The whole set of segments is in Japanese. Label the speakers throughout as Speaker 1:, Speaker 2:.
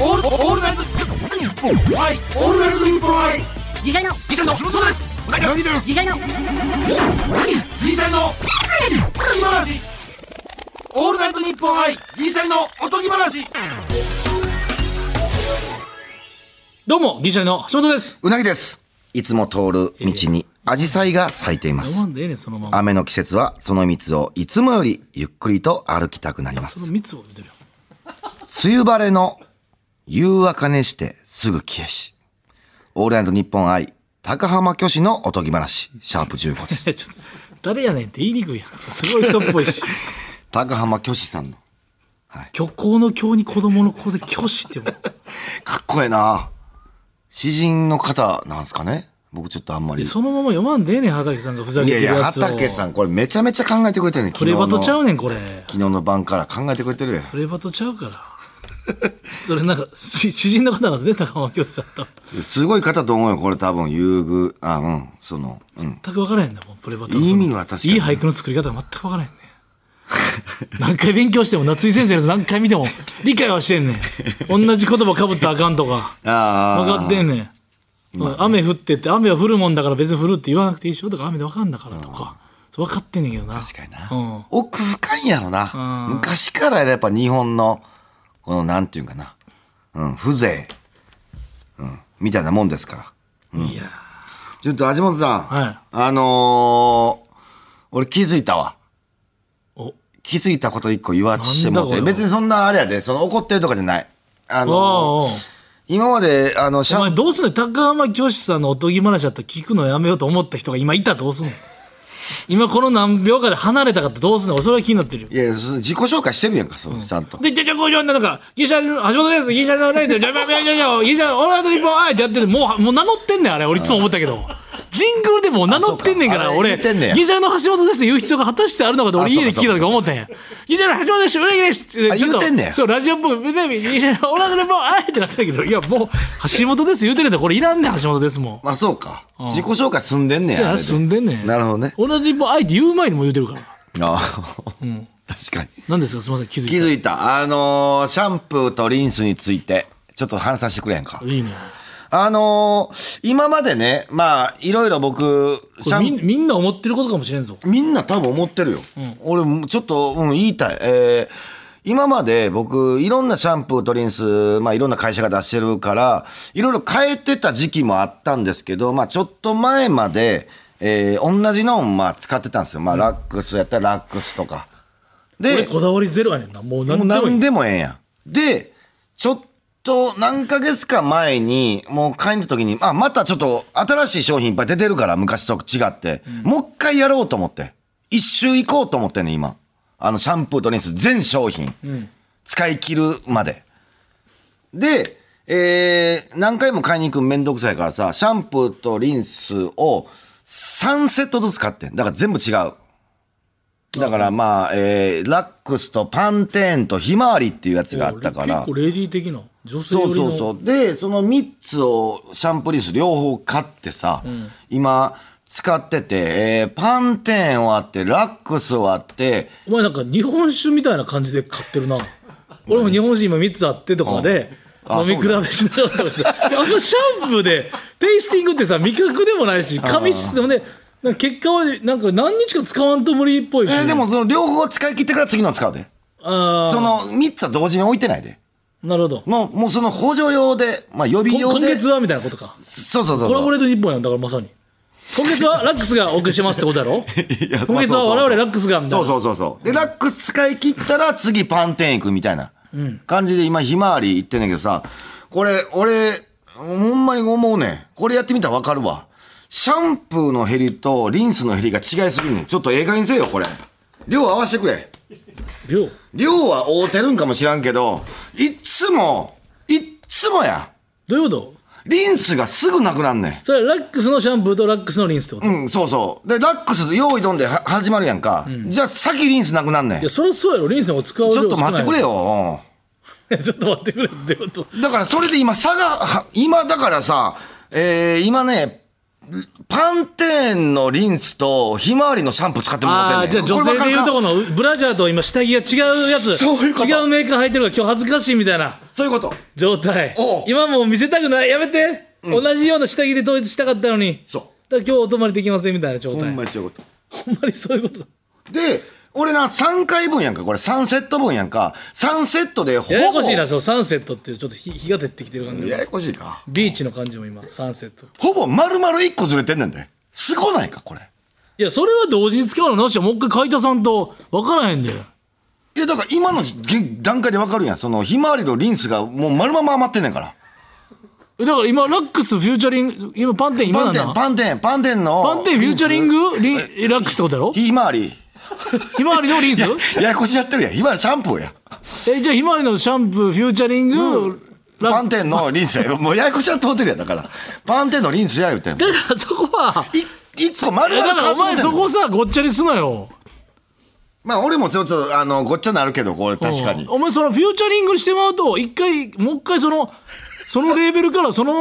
Speaker 1: オールオールナイトニッポンはいオールナイトニッポンはい
Speaker 2: ギリシャリの
Speaker 1: ギシャリのそうです
Speaker 3: 何で
Speaker 2: ギリシャリの
Speaker 1: ギシャリの今話オールナイトニッポン愛ギシャリのおとぎ話
Speaker 4: どうも、ギリシャリの橋本です。
Speaker 3: うなぎです。いつも通る道に紫陽花が咲いていま。
Speaker 4: 飲ますんでええねん、そのまま。
Speaker 3: 雨の季節はその蜜をいつもよりゆっくりと歩きたくなりま
Speaker 4: その
Speaker 3: す。
Speaker 4: 蜜を言ってるよ。
Speaker 3: 梅雨晴れの夕明かねしてすぐ消えし。オールナイト日本愛、高浜虚子のおとぎ話、シャープ15で す。
Speaker 4: えちょっと誰やねんって言いにくいやん。すごい人っぽいし。
Speaker 3: 高浜虚子さんの。
Speaker 4: 虚構の虚に子供の子で虚子って思う
Speaker 3: かっこええな詩人の方なんですかね僕ちょっとあんまり。
Speaker 4: でそのまま読まんでええねん、畑さんがふざ
Speaker 3: い
Speaker 4: け
Speaker 3: や
Speaker 4: て
Speaker 3: い
Speaker 4: る
Speaker 3: や、
Speaker 4: やつを。
Speaker 3: 畑さん、これめちゃめちゃ考えてくれてるね、
Speaker 4: プ
Speaker 3: 昨日
Speaker 4: レ
Speaker 3: の。
Speaker 4: バトちゃう
Speaker 3: 昨
Speaker 4: ねん、これ。
Speaker 3: 日の晩から考えてくれてるよ。
Speaker 4: プレバトちゃうから。それなんか、し詩人の方なんですね、高浜教師だった。
Speaker 3: すごい方と思うよ、これ多分、優遇。あ、うん、その、うん。
Speaker 4: 全く分からへんねもうプレバトの
Speaker 3: 意味は確かに
Speaker 4: いい俳句の作り方が全く分からへんね何回勉強しても夏井先生のやつ何回見ても理解はしてんねん同じ言葉かぶったらあかんとか
Speaker 3: ああ。
Speaker 4: 分かってんねん雨降ってって雨は降るもんだから別に降るって言わなくていいでしょとか雨で分かんだからとかそう分かってんねんけどな
Speaker 3: 確かにな。
Speaker 4: うん
Speaker 3: 奥深いんやろな。昔からやっぱ日本の、この、なんていうんかな。うん、風情。うん、みたいなもんですから。
Speaker 4: いや
Speaker 3: ちょっと、橋本さん。
Speaker 4: はい
Speaker 3: あのー、俺気づいたわ。
Speaker 4: お
Speaker 3: 気づいたこと一個言わしても
Speaker 4: な
Speaker 3: らっ
Speaker 4: ん
Speaker 3: て。
Speaker 4: だこれは
Speaker 3: 別にそんなあれやで、その怒ってるとかじゃない。あのー、
Speaker 4: おうおう
Speaker 3: 今まで、あの、シ
Speaker 4: お前
Speaker 3: ャン、
Speaker 4: どうすんの高浜教師さんのおとぎ話だったら聞くのやめようと思った人が今いたらどうすんの今この何秒かで離れたかってどうすんの俺それは気になってるよ
Speaker 3: いや、そ自己紹介してるやんか、その、ちゃんと。
Speaker 4: で、じゃじゃ工場になるから、ギシャリの、橋本です、ギシャリのライト、じゃじゃじゃじゃじゃ、ギシャリの、オールナイトニッポン、あいってやってて、もう、もう名乗ってんねん、あれ、俺いつも思ったけど。 神宮でもう名乗ってんねんか
Speaker 3: あそ
Speaker 4: ら、
Speaker 3: うかあ
Speaker 4: 俺、
Speaker 3: 言ってんねや
Speaker 4: ギシャリの橋本ですって言う必要が果たしてあるのかと、俺
Speaker 3: あそう
Speaker 4: 家
Speaker 3: か
Speaker 4: で聞いたとか思ったんや。ギシャリの橋本です、裏切りですって
Speaker 3: あ言うてんねや
Speaker 4: そう、ラジオっぽく、ビビビ、ギシャリの、オールナイトニッポン、あいってなったけど、いや、もう、橋本です言うてんねんからこれいらんねん、橋本ですもん。
Speaker 3: まあ、そうか。自己紹介済んでんね
Speaker 4: そうや
Speaker 3: や。あれ
Speaker 4: な、
Speaker 3: で
Speaker 4: 住んでんねん。
Speaker 3: なるほどね。
Speaker 4: オールナイトニッポン、あいって言う前にもう言うてるから。
Speaker 3: ああ、確かに。
Speaker 4: なんですか、すみません、気づ
Speaker 3: 気
Speaker 4: い
Speaker 3: づいた。あのーシャンプーとリンスについて、ちょっと話させてくれへんか
Speaker 4: た。。いいね。
Speaker 3: あのー今までね、まあ、いろいろ僕、シ
Speaker 4: これ
Speaker 3: ャ
Speaker 4: み
Speaker 3: ン
Speaker 4: んみんな思ってることかもしれんぞ。
Speaker 3: みんな多分思ってるよ。俺もちょっと、うん、言いたい。えー今まで僕、いろんなシャンプーとリンス、まあいろんな会社が出してるから、いろいろ変えてた時期もあったんですけど、まあちょっと前まで、えー同じのをまあ使ってたんですよ。まあラックスやったらラックスとか。
Speaker 4: 俺
Speaker 3: で、
Speaker 4: こだわりゼロやねんなもう何
Speaker 3: も
Speaker 4: で
Speaker 3: う
Speaker 4: もい
Speaker 3: 何
Speaker 4: い
Speaker 3: でもええやん。で、ちょっと何ヶ月か前に、もう買いの時に、あ、またちょっと新しい商品いっぱい出てるから、昔と違って。もう一回やろうと思って。一周行こうと思ってね、今。あの、シャンプーとリンス全商品。使い切るまで。で、えー、何回も買いに行くのめんどくさいからさ、シャンプーとリンスを3セットずつ買ってん。だから全部違う。だからまあ、えー、ラックスとパンテーンとひまわりっていうやつがあったから
Speaker 4: 結構。レディー的な女性寄
Speaker 3: そ
Speaker 4: り
Speaker 3: う
Speaker 4: の
Speaker 3: そうそう。で、その3つをシャンプーリンス両方買ってさ、今使ってて、えー、パンテーンはあって、ラックスはあって、
Speaker 4: お前なんか日本酒みたいな感じで買ってるな俺も日本酒今3つあってとかで
Speaker 3: あ
Speaker 4: 飲み比
Speaker 3: そうな
Speaker 4: べしながらとかしてあのシャンプーでテイスティングってさ味覚でもないし紙質でもねなんか結果はなんか何日か使わんと無理っぽいし、
Speaker 3: えーでもその両方使い切ってから次の使うで。
Speaker 4: あ
Speaker 3: その3つは同時に置いてないで。
Speaker 4: ーなるほどこ
Speaker 3: もう、もうその補助用で、まあ予備用
Speaker 4: 今
Speaker 3: で。
Speaker 4: 月はみたいなことか
Speaker 3: そうそうそう
Speaker 4: コラボ
Speaker 3: そう。
Speaker 4: レート日本やんだからまさに今月はラックスがお送りしてますってことや ろ
Speaker 3: や
Speaker 4: 今月は我々ラックスがみたいな
Speaker 3: そうそうそうそう。で、ラックス使い切ったら次パンテーン行くみたいな感じで今ひまわり行ってんだけどさ、これ、俺、ほんまに思うねん。これやってみたらわかるわ。シャンプーの減りとリンスの減りが違いすぎんねん。ちょっとええ加減にせよ、これ。量合わせてくれ。
Speaker 4: 秒
Speaker 3: 量は合うてるんかもしらんけど、いっつも、いっつもや。
Speaker 4: どういうこと
Speaker 3: リンスがすぐなくなんねん。
Speaker 4: それはラックスのシャンプーとラックスのリンスってこと、い
Speaker 3: うん、そうそう。で、ラックス、用意どんでは始まるやんか。じゃあ、先リンスなくなんねん。
Speaker 4: や
Speaker 3: ち
Speaker 4: そりゃそうやろリンスの方が使う量
Speaker 3: ょっと待ってくれ
Speaker 4: よ
Speaker 3: よ。
Speaker 4: ちょっと待ってくれってこと
Speaker 3: うんだから、それで今、差が、は今、だからさ、えー、今ね、パンテーンのリンスとひまわりのシャンプー使ってもら
Speaker 4: あ
Speaker 3: って
Speaker 4: あ
Speaker 3: ん
Speaker 4: じゃ
Speaker 3: ね
Speaker 4: あ
Speaker 3: ん。
Speaker 4: 女性
Speaker 3: これ
Speaker 4: でいうと
Speaker 3: わかるか
Speaker 4: このブラジャーと今下着が違うやつ
Speaker 3: そういうこと
Speaker 4: 違うメーカー履いてるから今日恥ずかしいみたいな
Speaker 3: そういうこと。
Speaker 4: 状態
Speaker 3: おう
Speaker 4: 今もう見せたくないやめて、同じような下着で統一したかったのに
Speaker 3: そ
Speaker 4: だから今日お泊まりできませんみたいな状
Speaker 3: う。
Speaker 4: 態
Speaker 3: ほ
Speaker 4: ほ
Speaker 3: ん
Speaker 4: ん
Speaker 3: まにそういうこと。
Speaker 4: まにそういうことだ
Speaker 3: で、俺な、3回分やんか。これ3セット分やんか。3セットでほぼ。
Speaker 4: ややこしいなそうサンセットっていうちょっと日日が照ってきてる感じ
Speaker 3: ややこしいか。
Speaker 4: ビーチの感じも今サンセット
Speaker 3: ほぼ丸々1個ずれてんねんで。すごないか、これ。
Speaker 4: いやそれは同時に使うのなしはもう一回海田さんと分からへんで
Speaker 3: いや、だから今の現段階でわかるやん。その、ひまわりとリンスがもう丸まま余ってんねんから。
Speaker 4: だから今ラックスフューチャリング今パンテン今
Speaker 3: パ
Speaker 4: だ
Speaker 3: ンテン、
Speaker 4: な
Speaker 3: パンテン、パンテンの。
Speaker 4: パンテンフューチャリングリンラックスってことやろ
Speaker 3: ひまわり。
Speaker 4: ひまわりのリンス
Speaker 3: ややこしやってるやん。ひまわりシャンプーや。
Speaker 4: えじゃあひまわりのシャンプーフューチャリング、ラッ
Speaker 3: パンテンのリンスや。もうややこしやってってるやん。だから。パンテンのリンスや言うてん。
Speaker 4: だからそこは
Speaker 3: 一一個丸
Speaker 4: えだ
Speaker 3: 々
Speaker 4: からお
Speaker 3: 買ってもう
Speaker 4: 前
Speaker 3: てん
Speaker 4: そ
Speaker 3: の
Speaker 4: こさごっちゃにすなよ
Speaker 3: まあ俺もちょっと、あの、ごっちゃなるけど、これ確かに
Speaker 4: うん。お前そのフューチャリングしてもらうと一回もう一回そのそのレーベルからそのア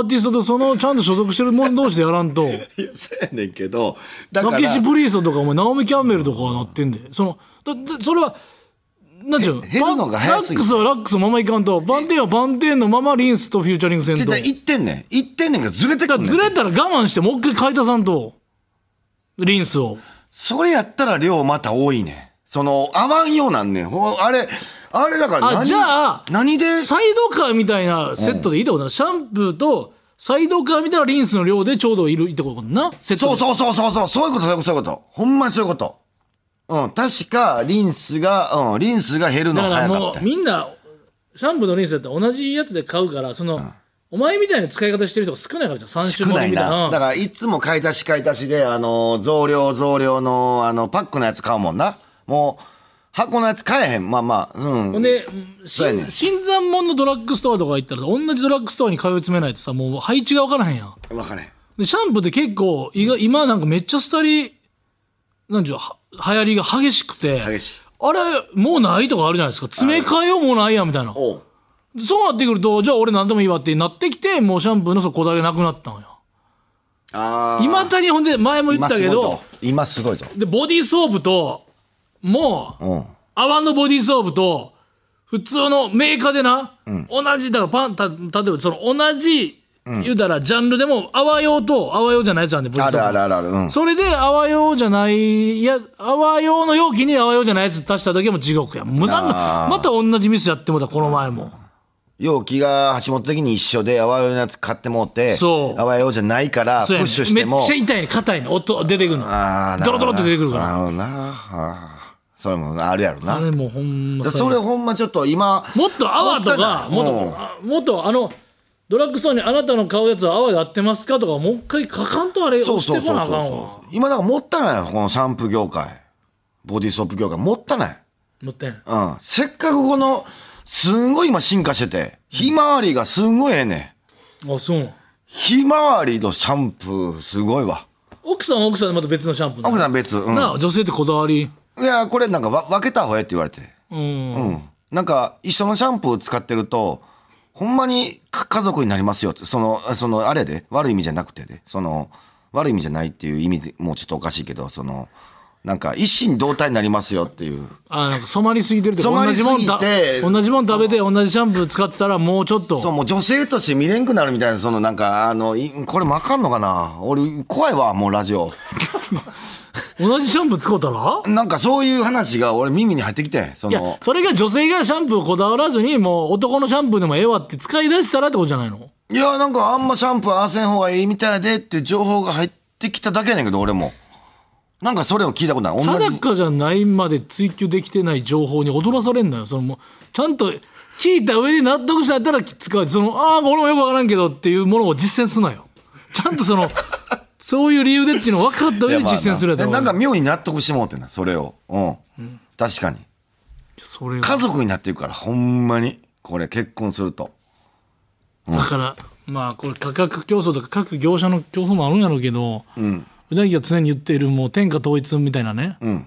Speaker 4: ーティストとそのちゃんと所属してる者同士でやらんと
Speaker 3: いや、そうやねんけど、だか
Speaker 4: マキ
Speaker 3: ら
Speaker 4: シ、プリーストとかお前ナオミ・キャンベルとかはなってんでそのだだそれはなんちゅうの
Speaker 3: 減るのが早すぎ
Speaker 4: ラッ
Speaker 3: る
Speaker 4: クスはラックスのままいかんとバンテーンはバンテーンのままリンスとフューチャリングせんと
Speaker 3: 絶対行ってんねん。行ってんねんけど、ずれてく
Speaker 4: だ
Speaker 3: ん
Speaker 4: か
Speaker 3: ね
Speaker 4: ら
Speaker 3: ん。
Speaker 4: ずれたら我慢してもう一回変えたさんとリンスを
Speaker 3: それやったら量また多いねん。その、合わんようなんねん。ほあれ、あれだから何、
Speaker 4: あじゃあ
Speaker 3: 何で、
Speaker 4: サイドカーみたいなセットでいいってことな、シャンプーとサイドカーみたいなリンスの量でちょうどいるいいってことなセット
Speaker 3: そう
Speaker 4: で
Speaker 3: そうそうそうそう、そういうこと、そういうこと、そういうこと。ほんまにそういうこと。うん、確か、リンスが、うん、リンスが減るの
Speaker 4: だ
Speaker 3: が
Speaker 4: から
Speaker 3: 早か
Speaker 4: も
Speaker 3: った
Speaker 4: う。みんなシャンプーとリンスだったら同じやつで買うからその、お前みたいな使い方してる人が少ないからじゃん3
Speaker 3: 少
Speaker 4: 種盛
Speaker 3: な
Speaker 4: り
Speaker 3: い
Speaker 4: みたい
Speaker 3: な。
Speaker 4: な
Speaker 3: だから、いつも買い足し買い足しで、あの、増量増量の、あの、パックのやつ買うもんな。もう、箱のやつ買えへん。まあまあ、うん。
Speaker 4: ほんで、
Speaker 3: そうやね
Speaker 4: 新新参者のドラッグストアとか行ったら同じドラッグストアに通い詰めないとさもう配置が分からへんやん
Speaker 3: わかれん。
Speaker 4: でシャンプーって結構意外今なんかめっちゃスタリなんちゅうは流行りが激しくて
Speaker 3: 激しい
Speaker 4: あれもうないとかあるじゃないですか詰め替えようもうないやみたいな
Speaker 3: おう。
Speaker 4: そうなってくるとじゃあ俺何でもいいわってなってきてもうシャンプーのそのこだわりがなくなったのよ
Speaker 3: あー
Speaker 4: 今谷ほんで前も言ったけど
Speaker 3: 今すごいぞ。
Speaker 4: でボディーソープともう
Speaker 3: 今すごいぞ。
Speaker 4: 泡のボディーソープと普通のメーカーでな、同じだからパンた例えばその同じ、言うたらジャンルでも泡用と泡用じゃないやつなんでボ
Speaker 3: う
Speaker 4: デ
Speaker 3: ん。
Speaker 4: ィー
Speaker 3: あ
Speaker 4: ソー
Speaker 3: る
Speaker 4: プ
Speaker 3: あるあるある。うん。
Speaker 4: それで泡用じゃない、いや、泡用の容器に泡用じゃないやつ足しただけも地獄や。無駄
Speaker 3: あ
Speaker 4: な、
Speaker 3: ー
Speaker 4: また同じミスやってもだ、この前も。
Speaker 3: 容器が橋本的に一緒で、あわよのやつ買ってもうて、
Speaker 4: そう
Speaker 3: あわよじゃないから、プ
Speaker 4: そうや
Speaker 3: ッ
Speaker 4: ね
Speaker 3: シュしても。
Speaker 4: めっちゃ痛いね、硬いね、音出てくるの
Speaker 3: あー。な
Speaker 4: ド
Speaker 3: る
Speaker 4: ロドロ
Speaker 3: ほど
Speaker 4: って出てくる
Speaker 3: な
Speaker 4: か
Speaker 3: るほどな。あーそれもあるやろ
Speaker 4: ら。あれ
Speaker 3: な。
Speaker 4: もうほんま
Speaker 3: そ
Speaker 4: 最
Speaker 3: れ
Speaker 4: 悪
Speaker 3: ほんまちょっと今。
Speaker 4: もっと泡とか、もっ
Speaker 3: う
Speaker 4: と
Speaker 3: ん
Speaker 4: あ、もっとあの、ドラッグストアにあなたの顔やつは泡で合ってますかとか、もう一回かかんとあれ、
Speaker 3: そ
Speaker 4: 押
Speaker 3: う
Speaker 4: し
Speaker 3: そう
Speaker 4: て
Speaker 3: そ
Speaker 4: こ
Speaker 3: う
Speaker 4: なあかん
Speaker 3: そ
Speaker 4: わ。
Speaker 3: う。今だからもったいないよこのシャンプー業界。ボディーソープ業界。もったいない。
Speaker 4: もったいない。
Speaker 3: うん。せっかくこの、すんごい今進化してて、ひまわりがすんごいええねん。
Speaker 4: あ、そう。
Speaker 3: ひまわりのシャンプー、すごいわ。
Speaker 4: 奥さんは奥さんでまた別のシャンプーなの
Speaker 3: 奥さん別。うん。
Speaker 4: なあ、女性ってこだわり。
Speaker 3: いや、これなんかわ分けた方がええって言われて。
Speaker 4: うん。
Speaker 3: うん。なんか、一緒のシャンプー使ってると、ほんまにか家族になりますよって。その、あその、あれやで、悪い意味じゃなくてで、その、悪い意味じゃないっていう意味でもうちょっとおかしいけど、その、なんか、一心同体になりますよっていう。
Speaker 4: あなんか染まりすぎてると
Speaker 3: 染
Speaker 4: か
Speaker 3: ま
Speaker 4: 同
Speaker 3: り
Speaker 4: じ
Speaker 3: す
Speaker 4: もん
Speaker 3: ぎ
Speaker 4: だ
Speaker 3: て
Speaker 4: 同じもん食べて同じシャンプー使ってたらもうちょっと
Speaker 3: そう、もう女性として見れんくなるみたいな、そのなんか、あの、いこれもあかんのかな俺、怖いわ、もうラジオ。
Speaker 4: 同じシャンプー使うたら
Speaker 3: なんかそういう話が俺耳に入ってきて、そ
Speaker 4: いや
Speaker 3: の、
Speaker 4: それが女性がシャンプーをこだわらずにもう男のシャンプーでもええわって使い出したらってことじゃないの
Speaker 3: いや、なんかあんまシャンプー合わせん方がいいみたいでっていう情報が入ってきただけやねんけど、俺も。なんかそれを聞いたことない。同じ
Speaker 4: 定かじゃないまで追求できてない情報に踊らされんのよそのもうちゃんと聞いた上で納得したやったら使うそのああ俺もよくわからんけどっていうものを実践すなよちゃんとその そういう理由でっていうのを分かった上で実践するや
Speaker 3: い
Speaker 4: つ
Speaker 3: やまあななんか妙に納得してもうてんな、それを。うん。確かに。
Speaker 4: それは
Speaker 3: 家族になっていくから、ほんまに。これ、結婚すると。
Speaker 4: だから、まあ、これ価格競争とか各業者の競争もあるんやろうけど、うなぎが常に言っているもう天下統一みたいなね、
Speaker 3: ん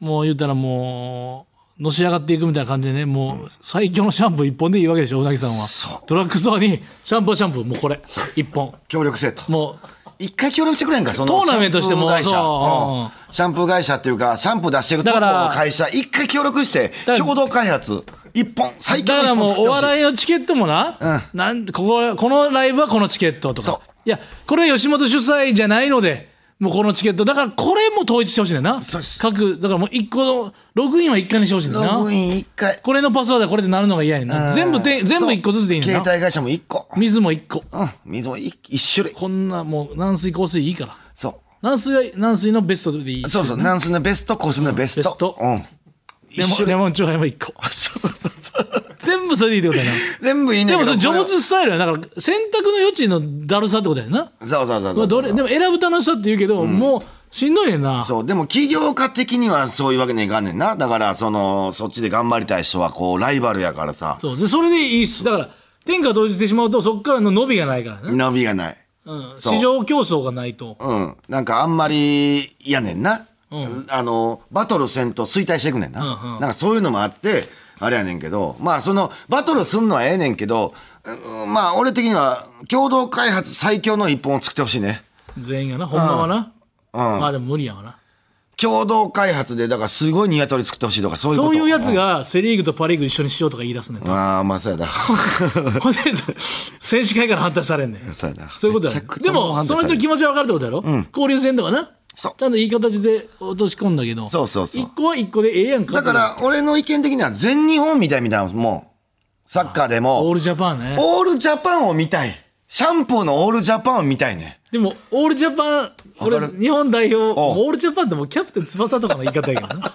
Speaker 4: もう言ったらもうのし上がっていくみたいな感じでねもう最強のシャンプー一本でいいわけでしょうなぎさんは
Speaker 3: そう
Speaker 4: ドラッグストアにシャンプーはシャンプーもうこれ一本
Speaker 3: 協力せえと。
Speaker 4: もう
Speaker 3: 一回協力してくれへんかその
Speaker 4: トーナメントしても
Speaker 3: シャンプー会社
Speaker 4: そう
Speaker 3: うんシャンプー会社っていうかシャンプー出してるとこ
Speaker 4: だから
Speaker 3: の会社一回協力して
Speaker 4: だから
Speaker 3: 共同開発一本最強
Speaker 4: だからも
Speaker 3: の一本
Speaker 4: う
Speaker 3: 作
Speaker 4: お
Speaker 3: ってほしい
Speaker 4: 笑いのチケットもな、なんこここのライブはこのチケットと
Speaker 3: そ
Speaker 4: かいやこれは吉本主催じゃないのでもうこのチケットだからこれも統一してほしいんだよな
Speaker 3: そうです
Speaker 4: 各だからもう一個のログインは一回にしてほしいんだ
Speaker 3: ロ
Speaker 4: よ
Speaker 3: グ
Speaker 4: な
Speaker 3: イン一回
Speaker 4: これのパスワードはこれでなるのが嫌やねんな全部て全部一個ずつでいい
Speaker 3: の
Speaker 4: ねん
Speaker 3: 携
Speaker 4: な
Speaker 3: 帯会社も一個
Speaker 4: 水も一個
Speaker 3: うん水も一一種類
Speaker 4: こんなもう軟水硬水いいから
Speaker 3: そ
Speaker 4: 軟水は軟水のベストでいいう
Speaker 3: そうそう軟水のベスト硬水のベス
Speaker 4: ベスト
Speaker 3: トうん
Speaker 4: レ
Speaker 3: 一
Speaker 4: モン
Speaker 3: 種
Speaker 4: レ
Speaker 3: 類
Speaker 4: モンチョウハイも一個
Speaker 3: そうそうそうそう
Speaker 4: 全部それでいいってことやな
Speaker 3: 全部いいね
Speaker 4: で
Speaker 3: んけ
Speaker 4: もそ
Speaker 3: ど
Speaker 4: れ上
Speaker 3: これは
Speaker 4: 手スタイルやなだから選択の余地のだるさってことやな
Speaker 3: そうそうそう
Speaker 4: ま
Speaker 3: そ
Speaker 4: あ
Speaker 3: う
Speaker 4: どれでも選ぶ楽しさって言うけど、もうしんどいねんな
Speaker 3: そう、でも企業家的にはそういうわけにはいかんねんな。だから、その、そっちで頑張りたい人は、こう、ライバルやからさ、
Speaker 4: そうでそれでいいっすだから天下統一してしまうとそこからの伸びがないからね、
Speaker 3: 伸びがない。
Speaker 4: うん、
Speaker 3: そう
Speaker 4: 市場競争がないと
Speaker 3: うん。なんか、あんまり、やねんな。あの、バトルせんと衰退していくねんな。
Speaker 4: うんうん
Speaker 3: なんか、そういうのもあって、あれやねんけど、まあ、その、バトルすんのはええねんけど、うんまあ、俺的には、共同開発最強の一本を作ってほしいね。
Speaker 4: 全員がなほんまはな、まあでも無理やわな
Speaker 3: 共同開発で、だから、すごいニワトリ作ってほしいとか、そういうこと。
Speaker 4: そういうやつ
Speaker 3: ん。
Speaker 4: がセ・リーグとパ・リーグ一緒にしようとか言い出す ねん
Speaker 3: ああ、まあ、そ うやだ。
Speaker 4: ほんで選手会から反対されんねん
Speaker 3: そうやな
Speaker 4: そういうことやね
Speaker 3: めちゃくち
Speaker 4: で
Speaker 3: ゃもう
Speaker 4: も
Speaker 3: 反対
Speaker 4: その
Speaker 3: される
Speaker 4: 人気持ちは分かるってことやろ、交流戦とかなちゃ
Speaker 3: そ
Speaker 4: ん
Speaker 3: う
Speaker 4: といい形で落とし込んだけど
Speaker 3: そうそうそう
Speaker 4: 一個は一個でええやんか
Speaker 3: だ
Speaker 4: って
Speaker 3: から、俺の意見的には全日本みたいみたいなもん。サッカーでも、
Speaker 4: オー
Speaker 3: オー
Speaker 4: ルジャパンね
Speaker 3: ルジャパンを見たい。シャンプーのオールジャパンを見たいね。
Speaker 4: でもオールジャパン
Speaker 3: わ
Speaker 4: 俺
Speaker 3: かる
Speaker 4: 日本代表
Speaker 3: おう
Speaker 4: オールジャパンってもうキャプテン翼とかの言い方やから な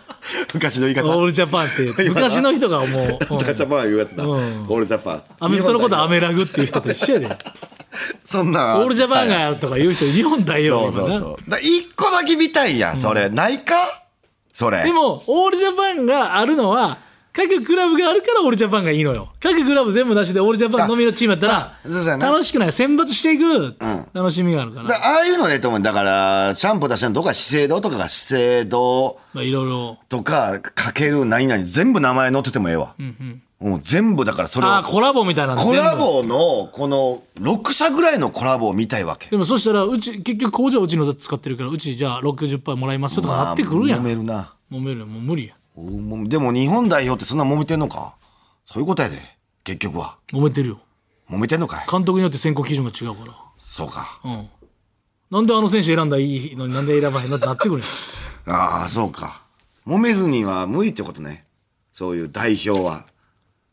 Speaker 3: 昔の言い方。
Speaker 4: オールジャパン って昔の人がもう、うん
Speaker 3: ャパンいうやつだ。
Speaker 4: ん
Speaker 3: オールジャパン。
Speaker 4: アメフトのことはア
Speaker 3: メ。
Speaker 4: メラグっていう人と一緒やで
Speaker 3: そんな。
Speaker 4: オールジャパンがとか言う人日本代
Speaker 3: そう
Speaker 4: 表だ
Speaker 3: そ
Speaker 4: か
Speaker 3: う
Speaker 4: ら
Speaker 3: そ
Speaker 4: な
Speaker 3: う。だから一個だけ見たいやん。それ、ないかそれ。
Speaker 4: でもオールジャパンがあるのは各クラブがあるからオールジャパンがいいのよ各クラブ全部なしでオールジャパンのみのチームやった
Speaker 3: あそうそう
Speaker 4: ら
Speaker 3: やな
Speaker 4: 楽しくない選抜していく楽しみがあるから、
Speaker 3: だからああいうのでと思う。だから、シャンプー出したのどっか資生堂とかが資生堂
Speaker 4: まあいろいろ
Speaker 3: とか、かける何々、全部名前載っててもええわ。もう全部だからそれを。
Speaker 4: ああコラボみたいなの
Speaker 3: コラ
Speaker 4: 全部
Speaker 3: ボのこの6社ぐらいのコラボを見たいわけ
Speaker 4: でもそしたらうち結局工場はうちの使ってるからうちじゃあ60%もらいますよとかなってくるやん、
Speaker 3: まあ揉めるな
Speaker 4: 揉めるよもう無理や
Speaker 3: おうもうでも日本代表ってそんな揉めてんのかそういうことやで結局は
Speaker 4: 揉めてるよ
Speaker 3: 揉めてんのかい
Speaker 4: 監督によって選考基準が違うから
Speaker 3: そうか
Speaker 4: なんであの選手選んだらいいのになんで選ばへんのってなってくるやん
Speaker 3: ああそうか揉めずには無理ってことねそういう代表は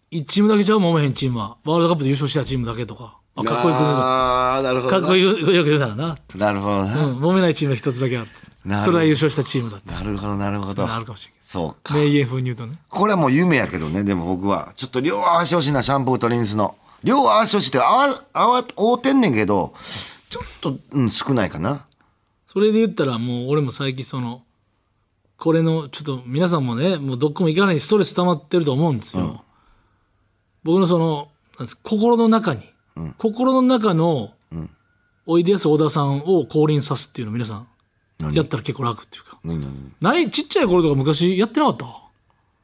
Speaker 4: 一チームだけちゃう揉めへんチームはワールドカップで優勝したチームだけとかあかっこよく言うの
Speaker 3: ああなるほど
Speaker 4: かっ
Speaker 3: な
Speaker 4: こよくよく言うならな、
Speaker 3: なるほど
Speaker 4: う、
Speaker 3: なん
Speaker 4: 揉めないチームが一つだけあるっつって
Speaker 3: なるほ
Speaker 4: そ
Speaker 3: ど
Speaker 4: れは優勝したチームだって
Speaker 3: なるほどなるほど
Speaker 4: なるかもしれんけ
Speaker 3: そうか
Speaker 4: ど名言風に言うとね
Speaker 3: これはもう夢やけどねでも僕はちょっと量合わせてほしいなシャンプーとリンスの量合わせてほしいってあわあわ合うてんねんけどちょっと、うん、少ないかな
Speaker 4: それで言ったらもう俺も最近そのこれのちょっと皆さんもねもうどっこも行かないにストレス溜まってると思うんですよ、僕のそのなんです心の中に、心の中の、おいでやす小田さんを降臨さすっていうの皆さんやったら結構楽っていうか
Speaker 3: 何何
Speaker 4: ないちっちゃい頃とか昔やってなかった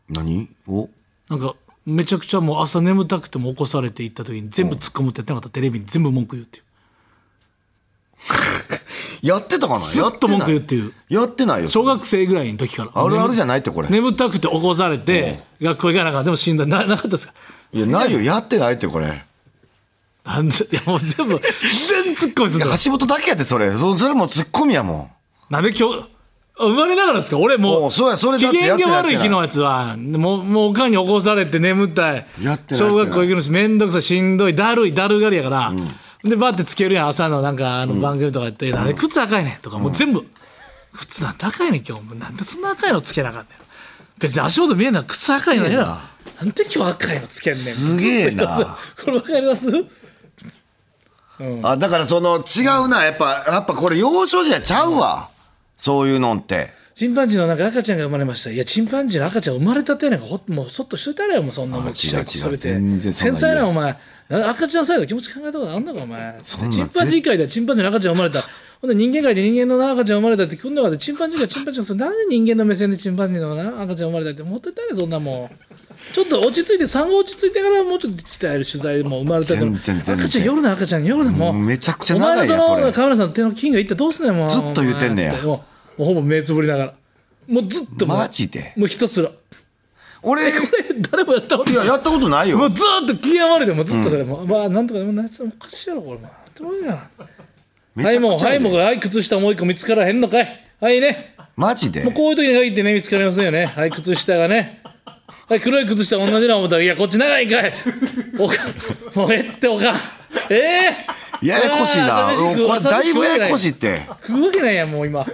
Speaker 3: 何お
Speaker 4: なんかめちゃくちゃもう朝眠たくても起こされて行った時に全部突っ込むってやってなかった、テレビに全部文句言うっていう
Speaker 3: やってたかな
Speaker 4: ずっと文句言うって
Speaker 3: やって
Speaker 4: いう
Speaker 3: ないやってないよ
Speaker 4: 小学生ぐらいの時から
Speaker 3: あるあるじゃないってこれ
Speaker 4: 眠たくて起こされて、学校行かなかった。でも死んだ。な、なかったですか
Speaker 3: いやないよやってないってこれいや
Speaker 4: なんで、いやもう全部、全然突っ込みするんだ。
Speaker 3: 橋本だけやってそれそそれもうツッコミやも
Speaker 4: なんで今日、あ生まれながらですか俺も
Speaker 3: お
Speaker 4: う、
Speaker 3: うそうやそれだって
Speaker 4: 機嫌
Speaker 3: やって
Speaker 4: が
Speaker 3: ない
Speaker 4: 悪い
Speaker 3: やってな
Speaker 4: 日
Speaker 3: い
Speaker 4: のやつは、もう、もうおかんに起こされて眠たい。
Speaker 3: やってない
Speaker 4: 小学校行くのし、めんどくさい、しんどい、だるい、だるがりやから。で、バーってつけるやん、朝のなんか、あの番組とかやって、あれ靴赤いねんとか、もう全部、靴なんて赤いねん、今日。もうなんでそんな赤いのつけなかったん別に足元見えんな、靴赤いのええな。なんで今日赤いのつけんねん。
Speaker 3: すげえな
Speaker 4: ずっと一 つこれわかります
Speaker 3: んあだからその違うなやっぱやっぱこれ幼少時代ちゃうわそういうのって
Speaker 4: チンパンジーのなんか赤ちゃんが生まれました。いや、チンパンジーの赤ちゃん生まれたてなんかほっもうそっとしといたらよ、もうそんなもん。
Speaker 3: 違う
Speaker 4: ちっちゃい子
Speaker 3: 違う
Speaker 4: それて
Speaker 3: 全然そん
Speaker 4: 繊
Speaker 3: な
Speaker 4: 細
Speaker 3: ん
Speaker 4: なお前。な赤ちゃんサイド気持ち考えたことあんのか、お前。
Speaker 3: んなん
Speaker 4: チンパンジー界ではチンパンジーの赤ちゃん生まれた。ほんで人間界で人間の赤ちゃん生まれたって、こんなことでチンパンジーがチンパンジーが、それなんで人間の目線でチンパンジーのな赤ちゃん生まれたって、もっといたらよそんなもん。ちょっと落ち着いて産後落ち着いてからもうちょっと鍛える取材も生まれたから
Speaker 3: 全然全然
Speaker 4: 赤ちゃん夜の赤ちゃん夜でもう
Speaker 3: うんめちゃくちゃ長いや
Speaker 4: お前の
Speaker 3: ん
Speaker 4: そ
Speaker 3: そ
Speaker 4: の
Speaker 3: れ
Speaker 4: カメラさんの手の菌がいってどうすんねんもう
Speaker 3: ずっと言うてんねや
Speaker 4: つってもうもうほぼ目つぶりながらもうずっともう
Speaker 3: マジで
Speaker 4: もうひたすらこ
Speaker 3: 俺、い
Speaker 4: れ誰もやったことない
Speaker 3: や、やったことない
Speaker 4: もう
Speaker 3: よ。
Speaker 4: ずーっと気合われてもうずっとそれ、もうまあなんとかでもなんつおかしいやろこれもうなんともいいや
Speaker 3: め
Speaker 4: は
Speaker 3: ち
Speaker 4: い
Speaker 3: ゃ
Speaker 4: も
Speaker 3: く
Speaker 4: う
Speaker 3: ちゃ
Speaker 4: はい
Speaker 3: や
Speaker 4: もう
Speaker 3: で。
Speaker 4: はい靴下もう一個見つからへんのかいはいね
Speaker 3: マジで。
Speaker 4: こういう時に限ってね見つかりませんよねはい靴下がねはい黒い靴下同じな思ったらいやこっち長いんかいおかもうええっておかええ
Speaker 3: ややこしいな。
Speaker 4: あー寂し
Speaker 3: う
Speaker 4: く
Speaker 3: んこれだいぶややこしい
Speaker 4: 寂
Speaker 3: って。
Speaker 4: 食うわけないやんもう今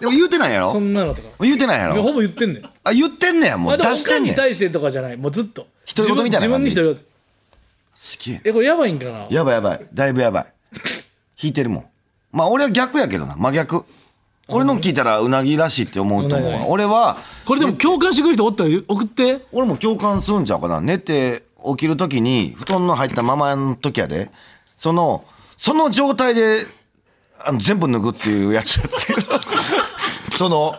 Speaker 3: でも言うてないや
Speaker 4: そ
Speaker 3: ろ
Speaker 4: んなのとか
Speaker 3: 言うてないや
Speaker 4: いや
Speaker 3: ろ
Speaker 4: ほぼ言ってんねん
Speaker 3: あ、言ってんねや、も
Speaker 4: あ
Speaker 3: う
Speaker 4: で
Speaker 3: 出
Speaker 4: もお
Speaker 3: し
Speaker 4: か
Speaker 3: て
Speaker 4: ん
Speaker 3: んね
Speaker 4: に
Speaker 3: ん。
Speaker 4: 対してとかじゃないもうずっと
Speaker 3: 独り言みた
Speaker 4: 自
Speaker 3: いな
Speaker 4: 分
Speaker 3: 感じ
Speaker 4: 自分に一人
Speaker 3: すげえ。
Speaker 4: えこれやばいんかな
Speaker 3: やばいやばい。だいぶやばい。引いてるもん。まあ俺は逆やけどな。真逆。俺の聞いたらうなぎらしいって思うと思う
Speaker 4: うな
Speaker 3: わ。
Speaker 4: ぎ
Speaker 3: 俺は、
Speaker 4: これでも共感してくれる人おったら送って
Speaker 3: 俺も共感するんちゃうかな。寝て起きるときに、布団の入ったままの時やで、その、その状態で、あの、全部脱ぐっていうやつやって。 その、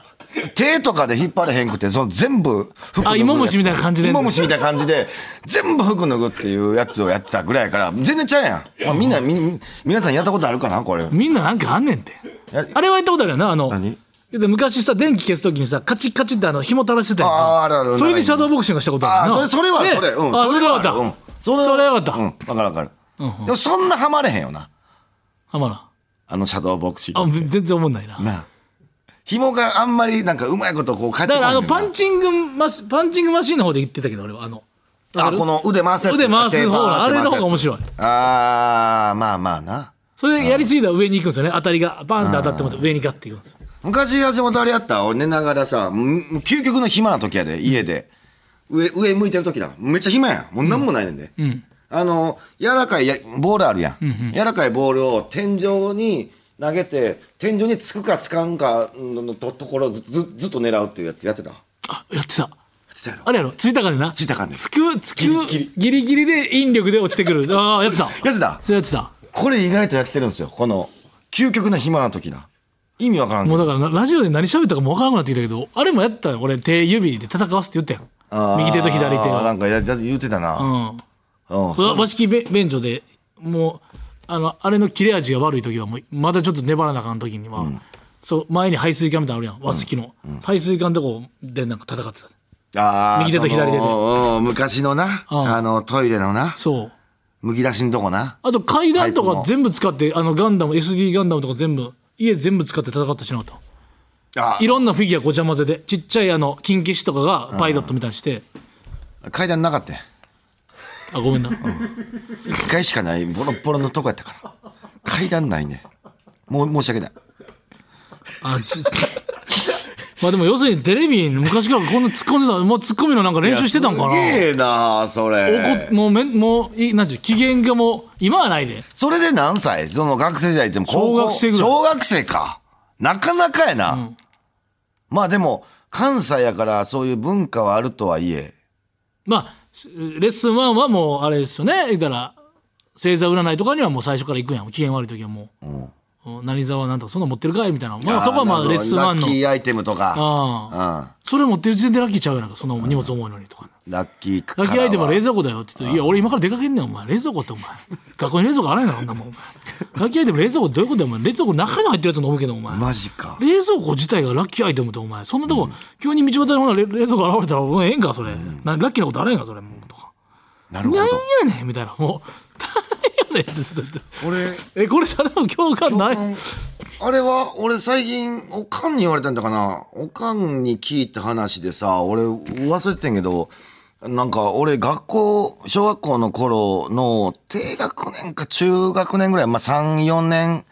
Speaker 3: 手とかで引っ張れへんくて、その全部服脱ぐやつ
Speaker 4: あ芋虫みたいな感じで
Speaker 3: 芋虫みたいな感じで、全部服脱ぐっていうやつをやってたぐらいやから、全然ちゃうやん。まあ、みんな、み、皆さんやったことあるかなこれ。
Speaker 4: みんななんかあんねんて
Speaker 3: や
Speaker 4: あれはやったことあるよなあの
Speaker 3: 何
Speaker 4: 言うて昔さ電気消すときにさカチッカチッってあの紐垂らしてたやんか
Speaker 3: あーあるある
Speaker 4: それにシャドーボクシングしたことある
Speaker 3: あ
Speaker 4: な
Speaker 3: あ、それ、それは、
Speaker 4: ね
Speaker 3: それ、うん。
Speaker 4: あそれがよかった、
Speaker 3: うん
Speaker 4: それはよかった、
Speaker 3: うん、わかるわかる。でも、そんなハマれへんよな。
Speaker 4: あまな
Speaker 3: あのシャドーボクシング
Speaker 4: あ。全然思んないな
Speaker 3: なあ紐があんまりなんかうまいことこう返って
Speaker 4: だ
Speaker 3: こ
Speaker 4: から
Speaker 3: な
Speaker 4: あ
Speaker 3: い
Speaker 4: のパン
Speaker 3: チ
Speaker 4: チングマシパンチングマシーンの方で言ってたけど俺はあのわ
Speaker 3: あ
Speaker 4: かる
Speaker 3: この腕回すやつ
Speaker 4: 腕回す方のあれの方が面白い
Speaker 3: ああーまあまあな
Speaker 4: それやりすぎたら上に行くんですよね当たりがバーンって当たっても上にガッていくんですよ
Speaker 3: 昔橋本あれやった俺寝ながらさもう究極の暇な時やで家で、上上向いてる時だめっちゃ暇やんもう何もないねんで、あの柔らかいやボールあるやん、柔らかいボールを天井に投げて天井につくかつかんかのとところをずずずっと狙うっていうやつやってたや
Speaker 4: あやってた
Speaker 3: ってたやろ
Speaker 4: あれやろついたかでな
Speaker 3: ついたかで
Speaker 4: つくつく
Speaker 3: ギリギ
Speaker 4: ギリギリで引力で落ちてくるああやってた
Speaker 3: やってた
Speaker 4: それやってた
Speaker 3: これ意外とやってるんですよ。この、究極な暇な時だ。意味わからんけ
Speaker 4: もう
Speaker 3: ど。
Speaker 4: だからなラジオで何喋ったかも分からなくなってきたけどあれもやったよ俺手指で戦わすって言ったや
Speaker 3: あ
Speaker 4: ん
Speaker 3: ー
Speaker 4: 右手と左手
Speaker 3: な
Speaker 4: を
Speaker 3: んかやや言ってた
Speaker 4: う
Speaker 3: な。
Speaker 4: ん
Speaker 3: うん。
Speaker 4: 和和式べ便所でもうあのあれの切れ味が悪い時はもうまだちょっと粘らなあかん時には、そう前に排水管みたいなのあるやん和式の、排水管のとこでなんか戦ってた
Speaker 3: あー
Speaker 4: 右手と左手で
Speaker 3: そのうん昔のな、
Speaker 4: ん
Speaker 3: あの、トイレのな、
Speaker 4: そう
Speaker 3: むき出しのとこな。
Speaker 4: あと階段と
Speaker 3: タイプ
Speaker 4: か
Speaker 3: の
Speaker 4: 全部使ってあのガンダム SD ガンダムとか全部家全部使って戦ってしまった
Speaker 3: あ
Speaker 4: いろんなフィギュアごちゃ混ぜでちっちゃいあの金消しとかがパイロットみたいにして、
Speaker 3: 階段なかったよ。
Speaker 4: あごめんな、
Speaker 3: 一回しかない、ボロボロのとこやったから。階段ないね。もう、申し訳ない。
Speaker 4: あち まあでも要するにテレビに昔からこんな突っ込んでたもう突っ込みのなんか練習してたんかな
Speaker 3: すげえなそれ
Speaker 4: 怒。もうめんもういなんていう機嫌がもう今はないで
Speaker 3: それで何歳その学生時代っても高
Speaker 4: 小
Speaker 3: 校
Speaker 4: 学生ぐらい
Speaker 3: 小学生か。なかなかやな。まあでも、関西やからそういう文化はあるとはいえ、
Speaker 4: まあしレッスン1はもうあれですよね言ったら星座占いとかにはもう最初から行くやん機嫌悪い時はもう、うん何座はなんとかそんなん持ってるかいみたいな、まあ、そこはまあ
Speaker 3: なるほど
Speaker 4: レッスン1
Speaker 3: ラッキ
Speaker 4: の
Speaker 3: ーアイテムとか、
Speaker 4: ああ
Speaker 3: うん
Speaker 4: それ持ってる時点でラッキーちゃうやんかそんなもん荷物重いのにとか、
Speaker 3: ラッキーから
Speaker 4: ラ
Speaker 3: は
Speaker 4: ッキーアイテムは冷蔵庫だよって言って「いや俺今から出かけんねんお前冷蔵庫ってお前 学校に冷蔵庫あらへんのこんなもんお前ラッキーアイテム冷蔵庫どういうことだよお前冷蔵庫の中に入ってるやつ飲むけどお前
Speaker 3: マジか。
Speaker 4: 冷蔵庫自体がラッキーアイテムってお前そんなとこ、急に道端のほう冷冷蔵庫現れたらもうええんかそれ、なラッキーなことあらへんかそれもうとか
Speaker 3: なるほ
Speaker 4: なん
Speaker 3: ど。
Speaker 4: やねんみたいなもうなんやねんってずっと言って
Speaker 3: 俺、
Speaker 4: えこれ誰も共感ない
Speaker 3: うんあれは、俺最近、おかんに言われたんだかな。おかんに聞いた話でさ、俺忘れてんけど、なんか俺学校、小学校の頃の低学年か中学年ぐらい、まあ3、4年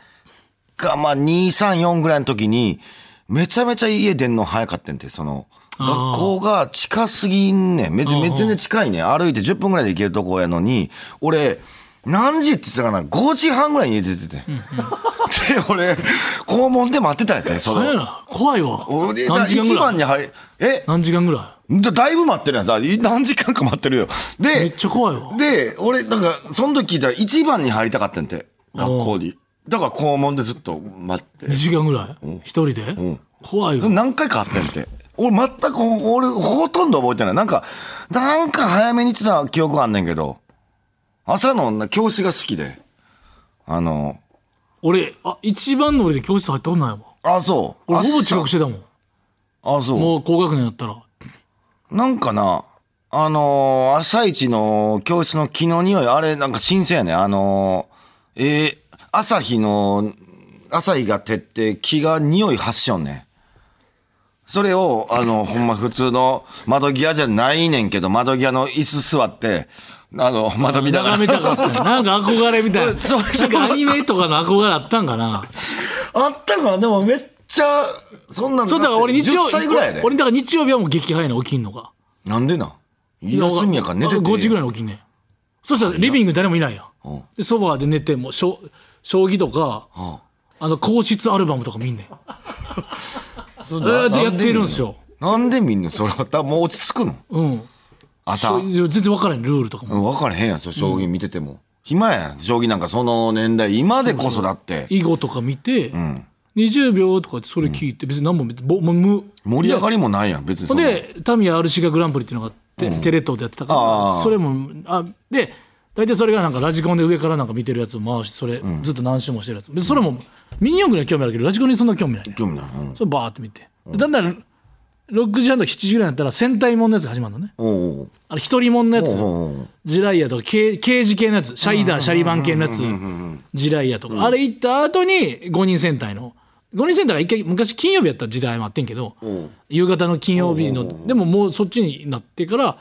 Speaker 3: か、まあ2、3、4ぐらいの時に、めちゃめちゃ家出んの早かったんて、その、学校が近すぎんねん。めっちゃめっちゃ近いねん。歩いて10分ぐらいで行けるとこやのに、俺、何時って言ってたかな ?5 時半ぐらいに家出てて。で、 俺、校門で待ってたんやって、そ
Speaker 4: 何や
Speaker 3: の。
Speaker 4: な怖いわ
Speaker 3: 俺、
Speaker 4: 何時間
Speaker 3: 一
Speaker 4: ぐら
Speaker 3: 番
Speaker 4: い
Speaker 3: に入り、え
Speaker 4: 何時間ぐら
Speaker 3: だだいぶ待ってるやん。さ何時間か待ってるよ。
Speaker 4: いめ
Speaker 3: で
Speaker 4: っ、ちゃ怖いわ
Speaker 3: で、俺、なんか、その時聞いたら一番に入りたかったんて。学校に。だから校門でずっと待って
Speaker 4: 2。時間ぐらい一人で、怖いわ
Speaker 3: 何回かあったんて。俺全くほ俺ほとんど覚えてないなんかなんか早めに行ってた記憶あんねんけど朝のな教師が好きであの
Speaker 4: 俺あ一番乗りで教室入ったことないわ
Speaker 3: あそう
Speaker 4: 俺ほぼ遅
Speaker 3: 朝
Speaker 4: 刻してたもん
Speaker 3: あそう
Speaker 4: もう高学年だったら
Speaker 3: なんかな、あのー朝一の教室の木の匂い、あれなんか新鮮やね。あのーえー朝日の、朝日が照って木が匂い発しよんね。それを、あの、ほんま普通の窓際じゃないねんけど、窓際の椅子座って、 あの、窓見ながら
Speaker 4: 眺。めたかったなんか憧れみたいな
Speaker 3: そう
Speaker 4: なんかアニメとかの憧れあったんか な
Speaker 3: あったかなでもめっちゃ、そんなの
Speaker 4: そうだから俺日曜
Speaker 3: 10歳ぐらいやで。
Speaker 4: 俺だから日曜日はもう激早いの起きんのが
Speaker 3: なんでな休みやから寝てて。
Speaker 4: 5時ぐ
Speaker 3: らい。
Speaker 4: らいに起きんねんそしたらリビング誰もいないや
Speaker 3: うん
Speaker 4: んでソファーで寝てもうしょ将棋とかあの皇室アルバムとか見んねん
Speaker 3: そ
Speaker 4: え
Speaker 3: んな
Speaker 4: ーでやってるんです。よ
Speaker 3: なんでみんなそれは多分もう落ち着くの
Speaker 4: うん
Speaker 3: 朝
Speaker 4: そう全然分からへんルールとかも
Speaker 3: うん分からへんやんその将棋見てても、暇やん将棋なんかその年代今でこそだって
Speaker 4: 囲碁とか見て20秒とかってそれ聞いて別に何も別にぼもう無
Speaker 3: 盛り上がりもないやん別に
Speaker 4: ほ
Speaker 3: そ
Speaker 4: ん
Speaker 3: の
Speaker 4: でタミヤアルシガグランプリっていうのがテ,、テレ東でやってたか
Speaker 3: あー
Speaker 4: らそれもあで大体それがなんかラジコンで上からなんか見てるやつを回してそれずっと何周もしてるやつ、別にそれもミニ四駆には興味あるけどラジコンにそんな興味ないね
Speaker 3: 興味ない、うん、
Speaker 4: それバーって見て、でだんだん6時半とか7時ぐらいになったら戦隊もんのやつが始まるのね
Speaker 3: おうおう
Speaker 4: あれ一人もんのやつ
Speaker 3: おうおう
Speaker 4: ジライヤとか刑刑事系のやつシャイダーシャリバン系のやつジライヤとかあれ行った後に5人戦隊の5人戦隊が一回昔金曜日やった時代もあってんけど夕方の金曜日のでももうそっちになってから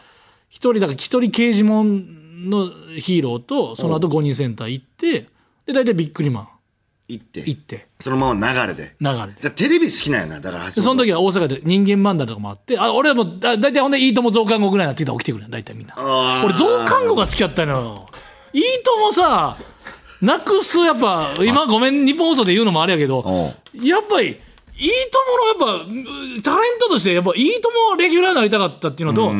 Speaker 4: 一人だから一人刑事もんのヒーローとその後5人戦隊行ってで大体ビックリマン
Speaker 3: 行って
Speaker 4: 行って
Speaker 3: そのまま流れで
Speaker 4: 流れて
Speaker 3: でテレビ好きなんやなだから
Speaker 4: でその
Speaker 3: 時
Speaker 4: 時は大阪で人間漫談とかもあってあ俺はもうだ大体ほんで「いいとも」増刊号ぐらいになってきたら起きてくるやん大体みんな
Speaker 3: あー
Speaker 4: 俺増刊号が好きだったのよいいともさなくすやっぱ今ごめん日本放送で言うのもあれやけどやっぱりいいとものやっぱうタレントとしてやっぱいいともレギュラーになりたかったっていうのと、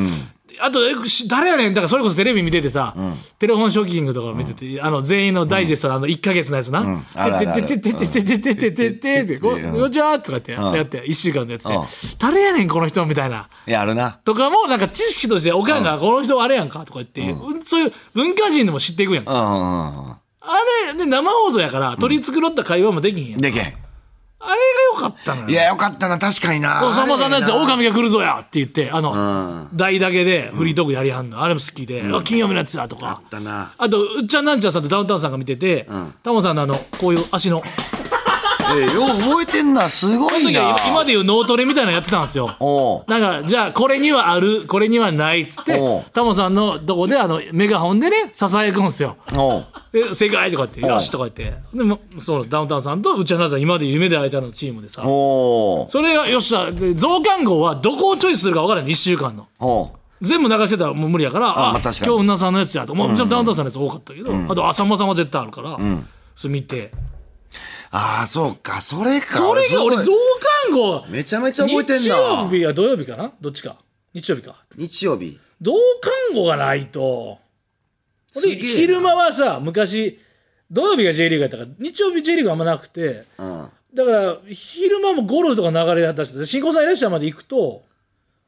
Speaker 4: あとえし誰やねんだからそれこそテレビ見ててさ、テレフォンショッキングとかを見てて、あの全員のダイジェストのあの1か月のやつな、
Speaker 3: あるあるある
Speaker 4: てててててててててててこ
Speaker 3: うん
Speaker 4: こんにちはとかって
Speaker 3: うん
Speaker 4: やって、1週間のやつで
Speaker 3: うん、
Speaker 4: 誰やねん、この人みたいな。
Speaker 3: やるな
Speaker 4: とかも、なんか知識として、おかんが、この人あれやんかとか言って、うんそういう文化人でも知っていくやん
Speaker 3: う。んうんうん
Speaker 4: あれ、ね、生放送やから、取り繕った会話もできんやん。
Speaker 3: でけん
Speaker 4: あれが良かったの
Speaker 3: い
Speaker 4: よ。
Speaker 3: やよかったな確かにな
Speaker 4: おさんまさんのやつ、
Speaker 3: あれな
Speaker 4: 狼が来るぞやって言って、あの
Speaker 3: う、
Speaker 4: 台だけでフリートークやりはんの。あれも好きで、あ金曜日のやつやとか。
Speaker 3: だな
Speaker 4: あと、うっちゃんなんちゃんさんとダウンタウンさんが見てて、タモさんのあの、こういう足の。
Speaker 3: えーよう覚えてんなすご
Speaker 4: その
Speaker 3: い
Speaker 4: 時は
Speaker 3: な
Speaker 4: 今でいう脳トレみたいなのやってたんですよ。
Speaker 3: おう
Speaker 4: なんかじゃあこれにはあるこれにはないっつって
Speaker 3: おう
Speaker 4: タモさんのとこであのメガホンでねささやくんですよ。
Speaker 3: おう
Speaker 4: で「世界!」とかって「
Speaker 3: おう
Speaker 4: よし!」とか言ってでもそのダウンタウンさんとうちはなさん今まで夢で会えたのチームでさ
Speaker 3: おう
Speaker 4: それがよっしゃで増刊号はどこをチョイスするか分からない1週間の
Speaker 3: おう
Speaker 4: 全部流してたらもう無理やから
Speaker 3: あまあ
Speaker 4: 今
Speaker 3: 確か
Speaker 4: 日
Speaker 3: に
Speaker 4: うなさんのやつやとかもちろんダウンタウンさんのやつ多かったけどあとあさんまさんは絶対あるからそれ見て
Speaker 3: ああそうかそれか
Speaker 4: それが俺
Speaker 3: すごい
Speaker 4: 増刊号
Speaker 3: めちゃめちゃ覚えてんな
Speaker 4: 日曜日は土曜日かなどっちか日曜日か
Speaker 3: 日曜日
Speaker 4: 同看護がないとほん
Speaker 3: す
Speaker 4: で
Speaker 3: げえな
Speaker 4: 昼間はさ昔土曜日が J リーグやったから日曜日 J リーグあんまなくて
Speaker 3: うん
Speaker 4: だから昼間もゴルフとか流れ出して新婚さんいらっしゃいまで行くと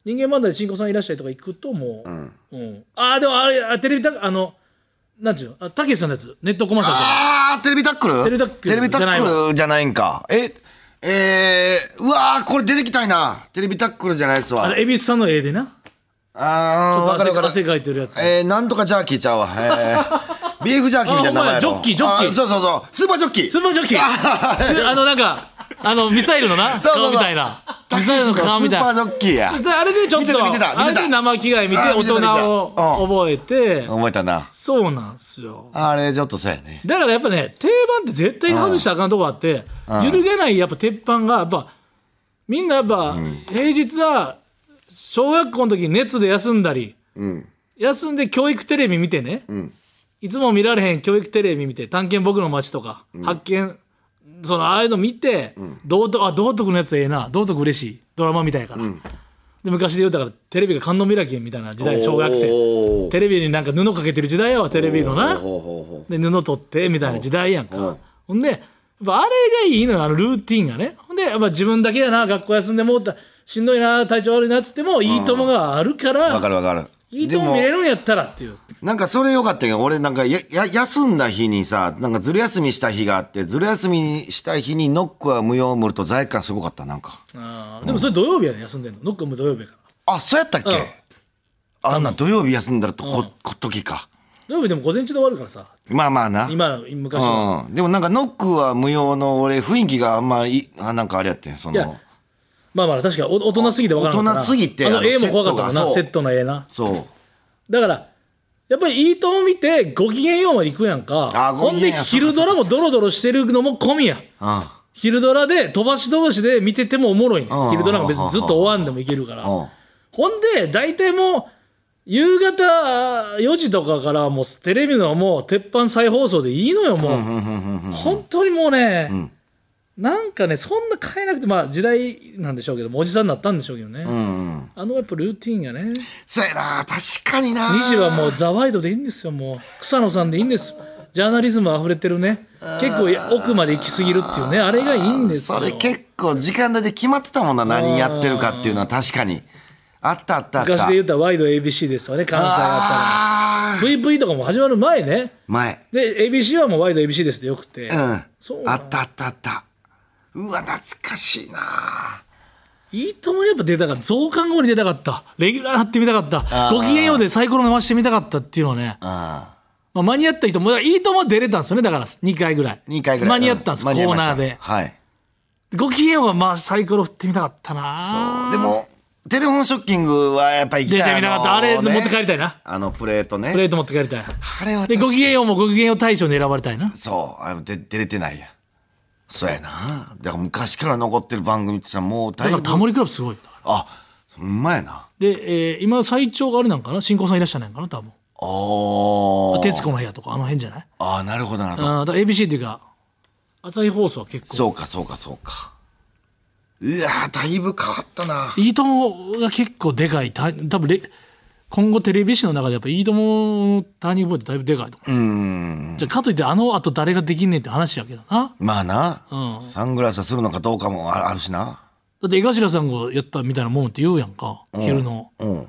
Speaker 4: 人間漫才で新婚さんいらっしゃいとか行くともう、
Speaker 3: ん
Speaker 4: うんああでもあれあテレビたあのなんていうのあたけしさんのやつネットコマーシャルとか
Speaker 3: あー、テレビタックル
Speaker 4: テレビタックル
Speaker 3: テレビタックルじゃないんか。え、えー、うわー、これ出てきたいな。テレビタックルじゃないっすわ。
Speaker 4: あ
Speaker 3: あ
Speaker 4: れ恵比寿さんの絵でな
Speaker 3: あー、わか
Speaker 4: 汗
Speaker 3: るわかる。
Speaker 4: 汗かいてるやつ、
Speaker 3: えー、なんとかジャーキーちゃうわ。えー、ビーフジャーキーみた
Speaker 4: あほ
Speaker 3: いな名前やろ
Speaker 4: んまやジョッキージョッキー
Speaker 3: あそうそうそう。スーパージョッキー。
Speaker 4: スーパージョッ キーすあのなんかあのミサイルのな
Speaker 3: そうそうそう
Speaker 4: 顔みたいな
Speaker 3: タ
Speaker 4: ミ
Speaker 3: クシ
Speaker 4: サイル
Speaker 3: ー
Speaker 4: の
Speaker 3: のス
Speaker 4: 顔みた
Speaker 3: ー
Speaker 4: い
Speaker 3: パー
Speaker 4: な
Speaker 3: ジョッキーや。
Speaker 4: であれでちょっ
Speaker 3: 見てた見てた見てた
Speaker 4: とあれで生着替え見て
Speaker 3: あー
Speaker 4: 大
Speaker 3: 見てた見てた
Speaker 4: 人を覚えて
Speaker 3: 覚えたな。
Speaker 4: そうなんすよ
Speaker 3: あれ、ちょっとそうやね。
Speaker 4: だからやっぱね定番って絶対外したらあかんとこあって揺るげないやっぱ鉄板がやっぱみんなやっぱ平日は小学校の時熱で休んだり
Speaker 3: うん。
Speaker 4: 休んで教育テレビ見てね、いつも見られへん教育テレビ見て「探検僕の街」とか「発見」そのああいうの見て、道徳あ道徳のやつええな道徳嬉しいドラマみたいやから、で昔で言うたからテレビが観音開きみたいな時代小学
Speaker 3: お
Speaker 4: 生
Speaker 3: ー
Speaker 4: テレビになんか布かけてる時代やわテレビのな
Speaker 3: ほうほうほ
Speaker 4: で布取ってみたいな時代やんかほんでやっぱあれがいいのよあのルーティンがねほんでやっぱ自分だけやな学校休んでもうたしんどいな体調悪いなっつっても「いいとも」があるか
Speaker 3: わからるわかる
Speaker 4: 「いいとも」見れるんやったらっていう
Speaker 3: なんかそれよかったけど、俺なんかや、や、休んだ日にさ、なんかずる休みした日があって、ずる休みした日にノックは無用無ると罪悪感すごかった、なんか。
Speaker 4: あーでもそれ土曜日やね休んでんのノックも土曜日やから
Speaker 3: あ、そうやったっけ、
Speaker 4: うん
Speaker 3: あんな土曜日休んだらとこ、こ、時か。
Speaker 4: 土曜日でも午前中で終わるからさ
Speaker 3: まあまあな。
Speaker 4: 今昔は
Speaker 3: うん。でもなんかノックは無用の俺、雰囲気があんまり、あ、なんかあれやってん、そ
Speaker 4: いや
Speaker 3: の、
Speaker 4: まあまあ確かにお大人すぎて分からなかったな
Speaker 3: 大人すぎて
Speaker 4: あ
Speaker 3: あ
Speaker 4: の
Speaker 3: の
Speaker 4: 絵も怖かったもんな
Speaker 3: セットがそう
Speaker 4: セットの絵な
Speaker 3: そう。
Speaker 4: だからやっぱりいいとも見てご機嫌ようまで行くやんか
Speaker 3: あー
Speaker 4: ほん
Speaker 3: ご機
Speaker 4: で
Speaker 3: 嫌や
Speaker 4: 昼ドラもドロドロしてるのも込みや
Speaker 3: うん。
Speaker 4: 昼ドラで飛ばし飛ばしで見ててもおもろいね
Speaker 3: うん
Speaker 4: 昼ドラも別にずっと終わんでもいけるから
Speaker 3: うん
Speaker 4: ほんで大体もう夕方4時とかからもうテレビのもう鉄板再放送でいいのよもう本当にもうね、なんかねそんな変えなくてまあ時代なんでしょうけどもおじさんになったんでしょうけどね、
Speaker 3: うんうん。
Speaker 4: あのやっぱルーティンがね
Speaker 3: そうやな、確かにな。
Speaker 4: 2時はもうザワイドでいいんですよもう草野さんでいいんですジャーナリズムあふれてるね結構奥まで行き過ぎるっていうねあれがいいんですよ
Speaker 3: それ結構時間帯で決まってたもんな何やってるかっていうのは確かにあったあったあった
Speaker 4: 昔で言ったらワイド ABC ですよね関西あ
Speaker 3: あ
Speaker 4: った
Speaker 3: ー
Speaker 4: ら VV とかも始まる前ね
Speaker 3: 前
Speaker 4: で ABC はもうワイド ABC ですでよくて、
Speaker 3: うんあ
Speaker 4: そう
Speaker 3: ったあったあったうわ懐かしいない
Speaker 4: いともにやっぱ出たかった増刊号に出たかったレギュラー張ってみたかったご機嫌ようでサイコロ回してみたかったっていうのはね、
Speaker 3: あ
Speaker 4: まあ、間に合った人もだからいいともは出れたんですよねだから2回ぐらい
Speaker 3: 2回ぐらい
Speaker 4: 間に合ったんです、
Speaker 3: う間に合
Speaker 4: コ
Speaker 3: い
Speaker 4: ー
Speaker 3: まし
Speaker 4: ナ
Speaker 3: た
Speaker 4: ーで
Speaker 3: はい
Speaker 4: ご機嫌ようがまあサイコロ振ってみたかったな
Speaker 3: そうでもテレフォンショッキングはやっぱ行き
Speaker 4: 出
Speaker 3: た
Speaker 4: て
Speaker 3: い
Speaker 4: みたかったあれ持って帰りたい
Speaker 3: な
Speaker 4: な
Speaker 3: あのプレートね
Speaker 4: プレート持って帰りたい
Speaker 3: あれは
Speaker 4: で
Speaker 3: 確か
Speaker 4: ご機嫌ようもご機嫌よう大賞に選ばれたいな
Speaker 3: そうあので出れてないやそうやなだから昔から残ってる番組ってさもう
Speaker 4: だ
Speaker 3: 大
Speaker 4: からタモリクラブすごいよ
Speaker 3: あほんまやな
Speaker 4: で、えー今最長があれなんかな新婚さんいらっしゃらないんかな多分
Speaker 3: ああ。
Speaker 4: 徹子の部屋とかあの辺じゃない
Speaker 3: ああ、なるほどなるほど。
Speaker 4: あだから ABC っていうか朝日放送は結構
Speaker 3: そうか、そうか、そうか。うわーだいぶ変わったな。
Speaker 4: いいともが結構でかいた多分れ今後テレビ誌の中でやっぱいいとものターニングポイントだいぶでかいと思うじゃあかといってあのあと誰ができんねんって話やけどな
Speaker 3: まあな、
Speaker 4: う
Speaker 3: サングラスはするのかどうかもああるしな。
Speaker 4: だって江頭さんがやったみたいなもんって言うやんか昼の
Speaker 3: うん。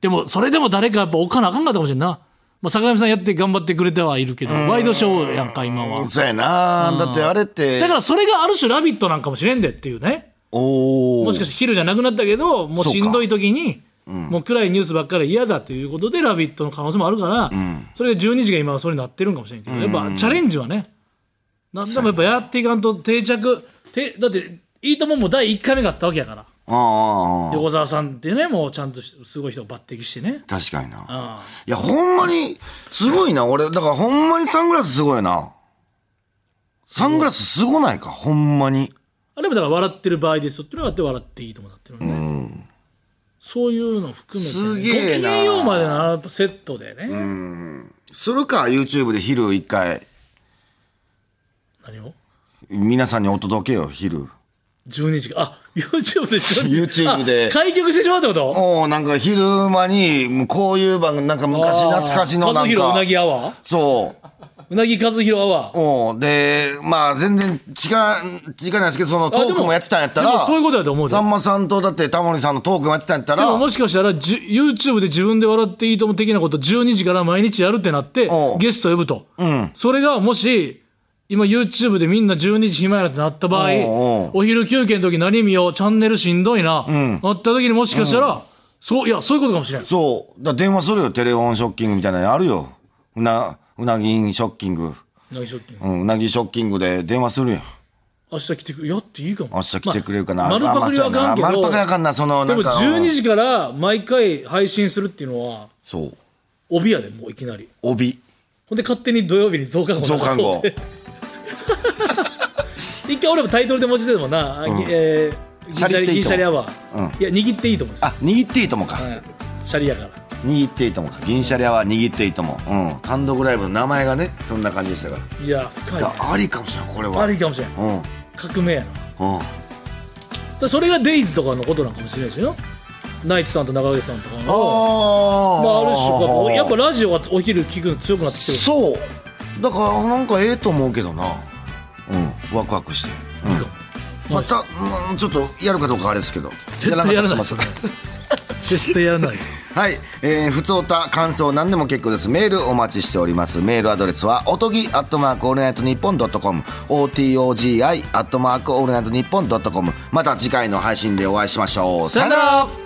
Speaker 4: でもそれでも誰かやっぱ置かなあかんかったかもしれんな、まあ、坂上さんやって頑張ってくれてはいるけどワイドショーやんか今は
Speaker 3: そうやな、だってあれって。
Speaker 4: だからそれがある種「ラビット!」なんかもしれんでっていうね
Speaker 3: おお。
Speaker 4: もしかして昼じゃなくなったけどもうしんどい時にもう暗いニュースばっかり嫌だということで「ラビット!」の可能性もあるから、それで12時が今はそれになってるんかもしれんけど、やっぱチャレンジはね何でもやっぱやっていかんと定着てだって「いいとも!」も第1回目があったわけやから
Speaker 3: ああああ、
Speaker 4: 横澤さんってねもうちゃんとしすごい人を抜擢してね
Speaker 3: 確かにな。
Speaker 4: ああ
Speaker 3: いや、ほんまに、すごいな。俺、だからほんまにサングラスすごいな。サングラスすごないか、ほんまに。
Speaker 4: あれもだから笑ってる場合ですよっていうのがあって笑っていいともなってるのね、そういうの含めてね、
Speaker 3: すげえな
Speaker 4: ごきげんようまでのあのセットでね、
Speaker 3: するか、YouTube で昼一回。
Speaker 4: 何を
Speaker 3: 皆さんにお届けよ、昼。
Speaker 4: 12時かあ YouTube で12
Speaker 3: YouTube で
Speaker 4: あ開局してしまったこと
Speaker 3: おおなんか昼間にもうこういう番組なんか昔懐かしのな
Speaker 4: 和
Speaker 3: ん
Speaker 4: 弘うな
Speaker 3: か
Speaker 4: ぎアワー
Speaker 3: そう
Speaker 4: うなぎ和弘アワー
Speaker 3: おおでまあ全然違う違うないですけどそのト
Speaker 4: あで
Speaker 3: ークもやってたんやった
Speaker 4: でも
Speaker 3: ら
Speaker 4: そういうことだと思うで
Speaker 3: さんまさんとだってタモリさんのトークもやってたんやった
Speaker 4: で
Speaker 3: ら
Speaker 4: ももしかしたらじゅ YouTube で自分で笑っていいとも的なこと12時から毎日やるってなって
Speaker 3: おう
Speaker 4: ゲスト呼ぶと、それがもし今 YouTube でみんな12時暇やなってなった場合
Speaker 3: おうおう
Speaker 4: お昼休憩の時何見ようチャンネルしんどいな、なった時にもしかしたら、そういやそういうことかもしれない
Speaker 3: そうだから電話するよテレフォンショッキングみたいなのあるようなうなぎショッキング、
Speaker 4: 内職金
Speaker 3: うん、うなぎショッキングで電話するよ
Speaker 4: 明日来てくれやっていいかも
Speaker 3: 明日来てくれるかな、
Speaker 4: まあ丸パクリはあかんけど、
Speaker 3: まあそうやな丸パクリはあかんなその
Speaker 4: で
Speaker 3: なん
Speaker 4: も
Speaker 3: か
Speaker 4: 12時から毎回配信するっていうのは
Speaker 3: そう
Speaker 4: 帯やでもういきなり
Speaker 3: 帯
Speaker 4: ほんで勝手に土曜日に増刊号
Speaker 3: 増刊号
Speaker 4: 出そうって 一回俺もタイトルで文字出てたもんな、あえー、銀シ
Speaker 3: シャリ
Speaker 4: ャ
Speaker 3: って
Speaker 4: リ
Speaker 3: い
Speaker 4: 銀
Speaker 3: いと思う
Speaker 4: シャリアワー、
Speaker 3: うん
Speaker 4: いや握っていいと思うんですよ
Speaker 3: あ握っていいともか、
Speaker 4: はいシャリやから
Speaker 3: 握っていいともか銀シャリアは握っていいとも、うん、単独ライブの名前がねそんな感じでしたから
Speaker 4: いや深い
Speaker 3: だ
Speaker 4: ね
Speaker 3: からありかもしれないこれは
Speaker 4: ありかもしれん
Speaker 3: うんうん
Speaker 4: 革命やなそれがデイズとかのことなんかもしれないしよナイツさんと長上さんとか
Speaker 3: あ
Speaker 4: の
Speaker 3: あ
Speaker 4: まあ、ある種こうやっぱラジオがお昼聞くの強くなってきてる
Speaker 3: そうだからなんかええと思うけどなうんワクワクして、
Speaker 4: いいかも
Speaker 3: まあ、たうんちょっとやるかどうかあれですけど
Speaker 4: 絶対やらないです
Speaker 3: す
Speaker 4: よね絶対やらない
Speaker 3: はい、えー、ふつおた感想何でも結構ですメールお待ちしておりますメールアドレスはおとぎアットマークオールナイトニッポンドットコム OTOGI アットマークオールナイトニッポンドットコムまた次回の配信でお会いしましょう
Speaker 4: さよなら